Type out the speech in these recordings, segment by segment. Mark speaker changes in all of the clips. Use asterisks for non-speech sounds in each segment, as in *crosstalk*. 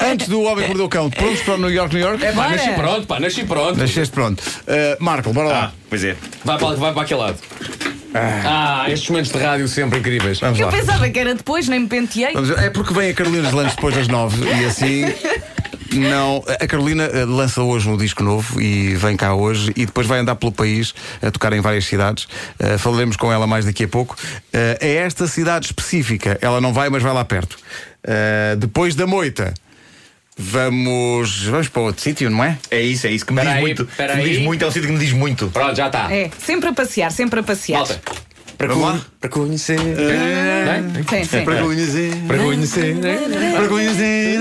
Speaker 1: Antes do Homem que Mordeu o Cão, prontos para o New York, New York?
Speaker 2: É pá,
Speaker 3: Bora.
Speaker 2: nasci pronto, pá, nasci pronto.
Speaker 1: Nasceste pronto. Uh, Marco, bora lá.
Speaker 4: Ah, pois é.
Speaker 2: Vai para, vai para aquele lado. Ah, estes momentos de rádio sempre incríveis.
Speaker 1: Vamos
Speaker 3: Eu
Speaker 1: lá.
Speaker 3: pensava que era depois, nem me penteei.
Speaker 1: Vamos- é porque vem a Carolina de Lanches depois das nove e assim. Não, a Carolina eh, lança hoje um disco novo e vem cá hoje e depois vai andar pelo país a tocar em várias cidades. Eh, falaremos com ela mais daqui a pouco. Eh, é esta cidade específica, ela não vai, mas vai lá perto. Eh, depois da moita, vamos, vamos para outro sítio, não é?
Speaker 4: É isso, é isso que me
Speaker 2: Espera
Speaker 4: diz
Speaker 2: aí,
Speaker 4: muito.
Speaker 2: espera
Speaker 4: Que me diz
Speaker 2: aí.
Speaker 4: muito, é um sítio que me diz muito.
Speaker 2: Pronto, já está.
Speaker 3: É, sempre a passear, sempre a passear.
Speaker 2: Malta. Para,
Speaker 1: Vamos lá? Eh,
Speaker 2: para conhecer. Não é?
Speaker 3: Sim, sim.
Speaker 1: conhecer.
Speaker 2: Para conhecer.
Speaker 1: Para conhecer.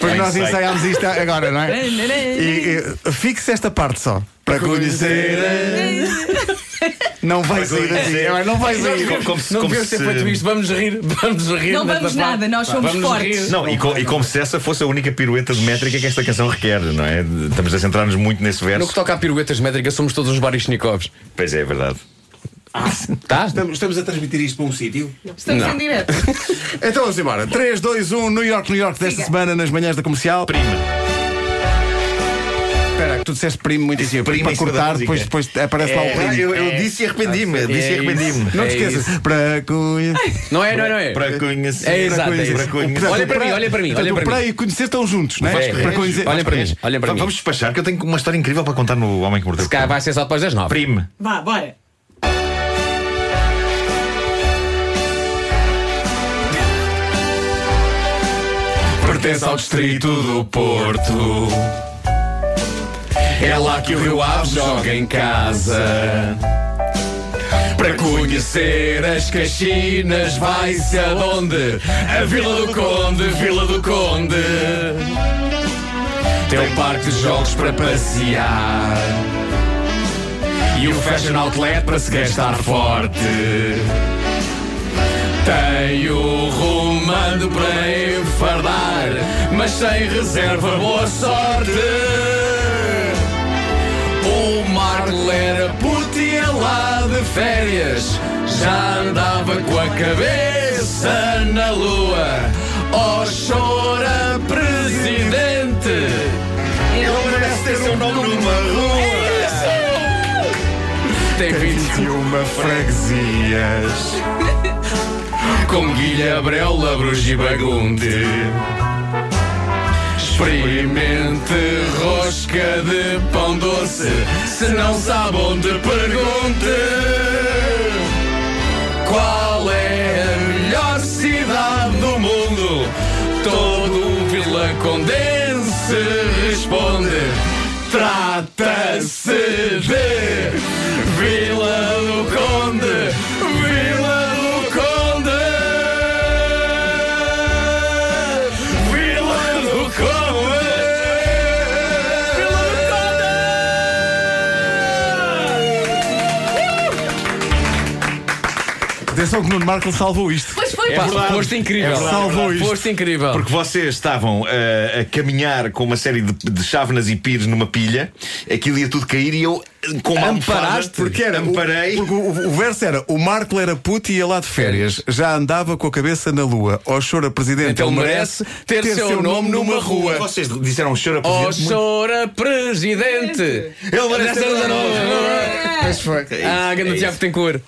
Speaker 1: Pois nós
Speaker 4: sei.
Speaker 1: ensaiámos isto agora, não é? E, e fixe esta parte só. Para conhecer. Não vai sair assim. agora Não vai sair.
Speaker 4: Como, como se,
Speaker 2: Não
Speaker 4: como
Speaker 2: devemos
Speaker 4: se...
Speaker 2: ter feito isto, vamos rir, *laughs* vamos rir.
Speaker 3: Não
Speaker 2: nesta parte.
Speaker 3: vamos nada, nós somos
Speaker 2: vamos
Speaker 3: fortes.
Speaker 2: rir.
Speaker 4: Não, e, co- e como se essa fosse a única pirueta de métrica que esta canção requer, não é? Estamos a centrar-nos muito nesse
Speaker 2: No
Speaker 4: verso.
Speaker 2: que toca a piruetas métricas, somos todos uns barishnikovs.
Speaker 4: Pois é, é verdade.
Speaker 2: Tá?
Speaker 1: Estamos, estamos a transmitir isto para um sítio.
Speaker 3: Estamos em direto.
Speaker 1: Então vamos embora. 3, 2, 1, New York, New York, desta
Speaker 3: Siga.
Speaker 1: semana, nas manhãs da comercial.
Speaker 4: Prima.
Speaker 1: Espera, que tu disseste primo muito em cima.
Speaker 4: Primo
Speaker 1: Para
Speaker 4: em cima da
Speaker 1: cortar,
Speaker 4: música.
Speaker 1: depois, depois aparece lá o
Speaker 4: Ah,
Speaker 1: primo. É,
Speaker 4: eu, eu disse e arrependi-me. Disse e arrependi-me.
Speaker 1: Não te
Speaker 2: É
Speaker 1: esqueças. Para conhecer.
Speaker 2: Não é, não é, não é?
Speaker 4: Para conhecer.
Speaker 2: É exato, é isso.
Speaker 4: Para conhecer.
Speaker 2: Olha para mim, olha para mim, olha
Speaker 1: Portanto,
Speaker 2: para
Speaker 1: o para
Speaker 2: mim.
Speaker 1: e conhecer estão juntos, não é?
Speaker 2: É.
Speaker 1: Para conhecer.
Speaker 2: Olhem para mim, olhem para mim.
Speaker 4: Vamos despachar, que eu tenho uma história incrível para contar no Homem que Mordeu. o
Speaker 2: Se calhar
Speaker 4: Cão.
Speaker 2: vai ser só depois das nove.
Speaker 4: Prime.
Speaker 3: Vá, bora.
Speaker 4: pertence ao distrito do Porto. É lá que o Rio Ave joga em casa. Para conhecer as Caxinas, vai-se aonde? A Vila do Conde, Vila do Conde. Tem um parque de jogos para passear. E o Fashion Outlet para se gastar forte. Tenho rumando para enfardar, mas sem reserva, boa sorte. O Marco era putia lá de férias, já andava com a cabeça na lua. Oh, chora, presidente. Ele merece ter seu nome numa rua. Tem 21 freguesias *laughs* com Guilha Breu, Labros e Bagunde. Experimente rosca de pão doce, se não sabe onde pergunte. Qual é a melhor cidade do mundo? Todo um vila condense responde. Trata-se de Vila do Conde, Vila do Conde, Vila do Conde, Vila do Conde.
Speaker 1: Atenção que Nuno Marco salvou isto.
Speaker 3: Pois foi, pá.
Speaker 2: Pá, Foste incrível.
Speaker 1: Salvou isto.
Speaker 2: Foste incrível.
Speaker 4: Porque vocês estavam eh, a caminhar com uma série de, de chávenas e pires numa pilha, aquilo ia tudo cair e eu eh, com uma almofada-
Speaker 2: Amparaste?
Speaker 1: Porque era.
Speaker 4: Amparei.
Speaker 1: O, porque o- o verso era: o Marco era puto e ia lá de férias. Já andava com a cabeça na lua. Ó chora, presidente.
Speaker 2: Então merece ter seu nome numa rua.
Speaker 4: Vocês disseram chora
Speaker 2: Oh,
Speaker 4: presidente muito.
Speaker 2: chora, presidente.
Speaker 4: Ele merece ter
Speaker 2: Essa
Speaker 4: um
Speaker 2: era da
Speaker 4: nome.
Speaker 2: nova.
Speaker 4: É
Speaker 1: Pois foi.
Speaker 2: Ah, grande Tiago tem cor.